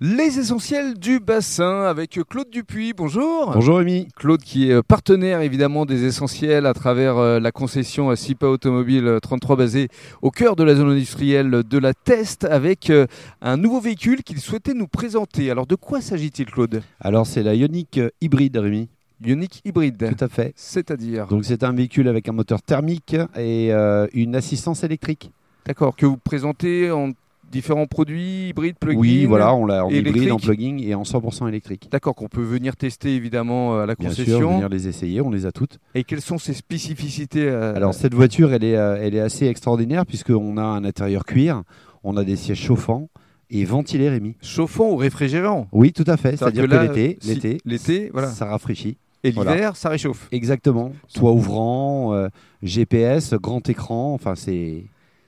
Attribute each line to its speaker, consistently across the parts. Speaker 1: Les essentiels du bassin avec Claude Dupuis. Bonjour.
Speaker 2: Bonjour Rémi.
Speaker 1: Claude qui est euh, partenaire évidemment des essentiels à travers euh, la concession à SIPA Automobile 33 basée au cœur de la zone industrielle de la Teste avec euh, un nouveau véhicule qu'il souhaitait nous présenter. Alors de quoi s'agit-il Claude
Speaker 2: Alors c'est la Ioniq euh, hybride Rémi.
Speaker 1: Ioniq hybride.
Speaker 2: Tout à fait.
Speaker 1: C'est-à-dire
Speaker 2: Donc c'est un véhicule avec un moteur thermique et euh, une assistance électrique.
Speaker 1: D'accord que vous présentez en différents produits hybrides plug-in.
Speaker 2: oui, voilà, on l'a en
Speaker 1: électrique.
Speaker 2: hybride, en plug-in et en 100% électrique.
Speaker 1: D'accord qu'on peut venir tester évidemment euh, à la
Speaker 2: Bien sûr,
Speaker 1: concession.
Speaker 2: venir les essayer, on les a toutes.
Speaker 1: Et quelles sont ses spécificités euh,
Speaker 2: Alors cette voiture, elle est, euh, elle est assez extraordinaire puisqu'on a un intérieur cuir, on a des sièges chauffants et ventilés Rémi.
Speaker 1: chauffant ou réfrigérant
Speaker 2: Oui, tout à fait, c'est-à-dire que,
Speaker 1: là,
Speaker 2: l'été,
Speaker 1: si-
Speaker 2: l'été,
Speaker 1: l'été, voilà.
Speaker 2: ça rafraîchit.
Speaker 1: Et
Speaker 2: Voilà.
Speaker 1: l'hiver, ça réchauffe.
Speaker 2: Exactement, toit ouvrant, euh, GPS, grand écran, enfin c'est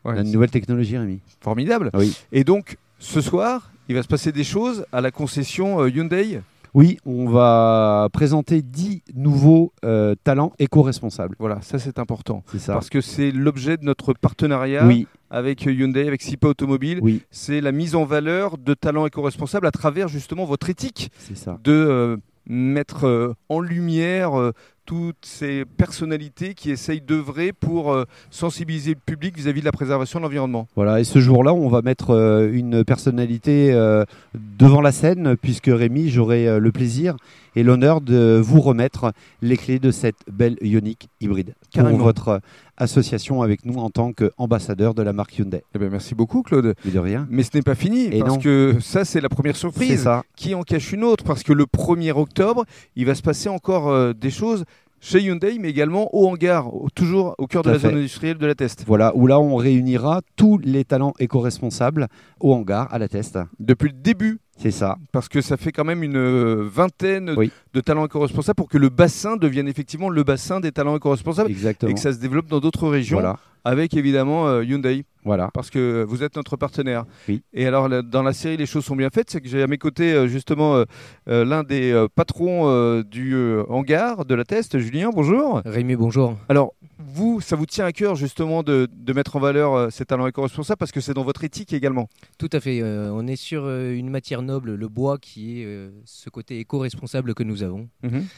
Speaker 1: Ouais,
Speaker 2: la
Speaker 1: c'est
Speaker 2: nouvelle technologie Rémi.
Speaker 1: Formidable.
Speaker 2: Oui.
Speaker 1: Et donc, ce soir, il va se passer des choses à la concession euh, Hyundai.
Speaker 2: Oui, on va présenter 10 nouveaux euh, talents éco-responsables.
Speaker 1: Voilà, ça c'est important.
Speaker 2: C'est ça.
Speaker 1: Parce que c'est l'objet de notre partenariat
Speaker 2: oui,
Speaker 1: avec euh, Hyundai, avec SIPA Automobile.
Speaker 2: oui,
Speaker 1: C'est la mise en valeur de talents éco-responsables à travers justement votre éthique
Speaker 2: c'est ça.
Speaker 1: de euh, mettre euh, en lumière euh, toutes ces personnalités qui essayent d'œuvrer pour euh, sensibiliser le public vis-à-vis de la préservation de l'environnement.
Speaker 2: Voilà, et ce jour-là, on va mettre euh, une personnalité euh, devant la scène, puisque Rémi, j'aurai euh, le plaisir et l'honneur de vous remettre les clés de cette belle Ioniq hybride
Speaker 1: Carrément.
Speaker 2: pour votre euh, association avec nous en tant qu'ambassadeur de la marque Hyundai.
Speaker 1: Eh ben, merci beaucoup Claude.
Speaker 2: Mais de rien.
Speaker 1: Mais ce n'est pas fini
Speaker 2: Et
Speaker 1: parce
Speaker 2: non.
Speaker 1: que ça c'est la première
Speaker 2: C'est
Speaker 1: surprise.
Speaker 2: ça.
Speaker 1: qui en cache une autre, parce que le 1er octobre, il va se passer encore euh, des choses chez Hyundai, mais également au hangar, au- toujours au cœur de
Speaker 2: Tout à
Speaker 1: la zone
Speaker 2: fait.
Speaker 1: industrielle de la Teste.
Speaker 2: Voilà, où là, on réunira tous les talents éco-responsables au hangar, à la test.
Speaker 1: Depuis le début,
Speaker 2: C'est ça.
Speaker 1: parce que ça fait quand même une euh, vingtaine
Speaker 2: Oui.
Speaker 1: de talents éco-responsables pour que le bassin devienne effectivement le bassin des talents éco-responsables
Speaker 2: Exactement.
Speaker 1: et que ça se développe dans d'autres régions,
Speaker 2: Voilà.
Speaker 1: avec évidemment euh, Hyundai,
Speaker 2: Voilà.
Speaker 1: parce que vous êtes notre partenaire.
Speaker 2: Oui.
Speaker 1: Et alors, là, dans la série, les choses sont bien faites, c'est que j'ai à mes côtés euh, justement euh, euh, l'un des euh, patrons euh, du euh, hangar de la Teste, Julien, bonjour.
Speaker 3: Rémi, bonjour.
Speaker 1: Alors, vous, ça vous tient à cœur justement de, de mettre en valeur euh, ces talents éco-responsables parce que c'est dans votre éthique également.
Speaker 3: Tout à fait. euh, on est sur euh, une matière noble, le bois, qui est euh, ce côté éco-responsable que nous avons.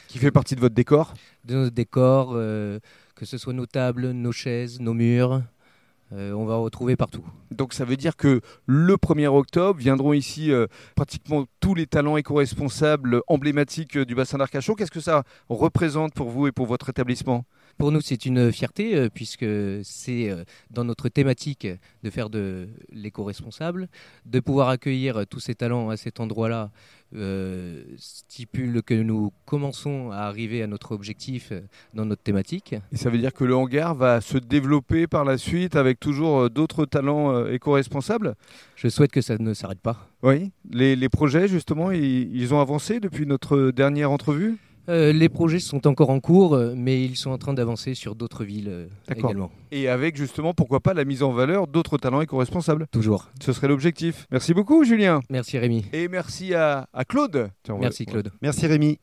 Speaker 1: Qui fait partie de votre décor.
Speaker 3: De nos décors, euh, que ce soit nos tables, nos chaises, nos murs, euh, on va retrouver partout.
Speaker 1: Donc, ça veut dire que le 1er octobre viendront ici euh, pratiquement tous les talents éco-responsables emblématiques euh, du bassin d'Arcachon. Qu'est-ce que ça représente pour vous et pour votre établissement
Speaker 3: Pour nous, c'est une fierté, euh, puisque c'est euh, dans notre thématique de faire de l'éco-responsable. De pouvoir accueillir tous ces talents à cet endroit-là euh, stipule que nous commençons à arriver à notre objectif euh, dans notre thématique.
Speaker 1: Et ça veut dire que le hangar va se développer par la suite avec toujours euh, d'autres talents euh, éco-responsables.
Speaker 3: Je souhaite que ça ne s'arrête pas.
Speaker 1: Oui. Les, les projets, justement, ils- ils ont avancé depuis notre dernière entrevue
Speaker 3: Euh, les projets sont encore en cours, euh, mais ils sont en train d'avancer sur d'autres villes euh,
Speaker 1: D'accord.
Speaker 3: également.
Speaker 1: et avec justement, pourquoi pas, la mise en valeur d'autres talents éco-responsables.
Speaker 3: Toujours.
Speaker 1: Ce serait l'objectif. Merci beaucoup, Julien.
Speaker 3: Merci Rémi.
Speaker 1: Et merci à, à Claude. Tiens, on va-
Speaker 3: Merci Claude.
Speaker 2: Merci Rémi.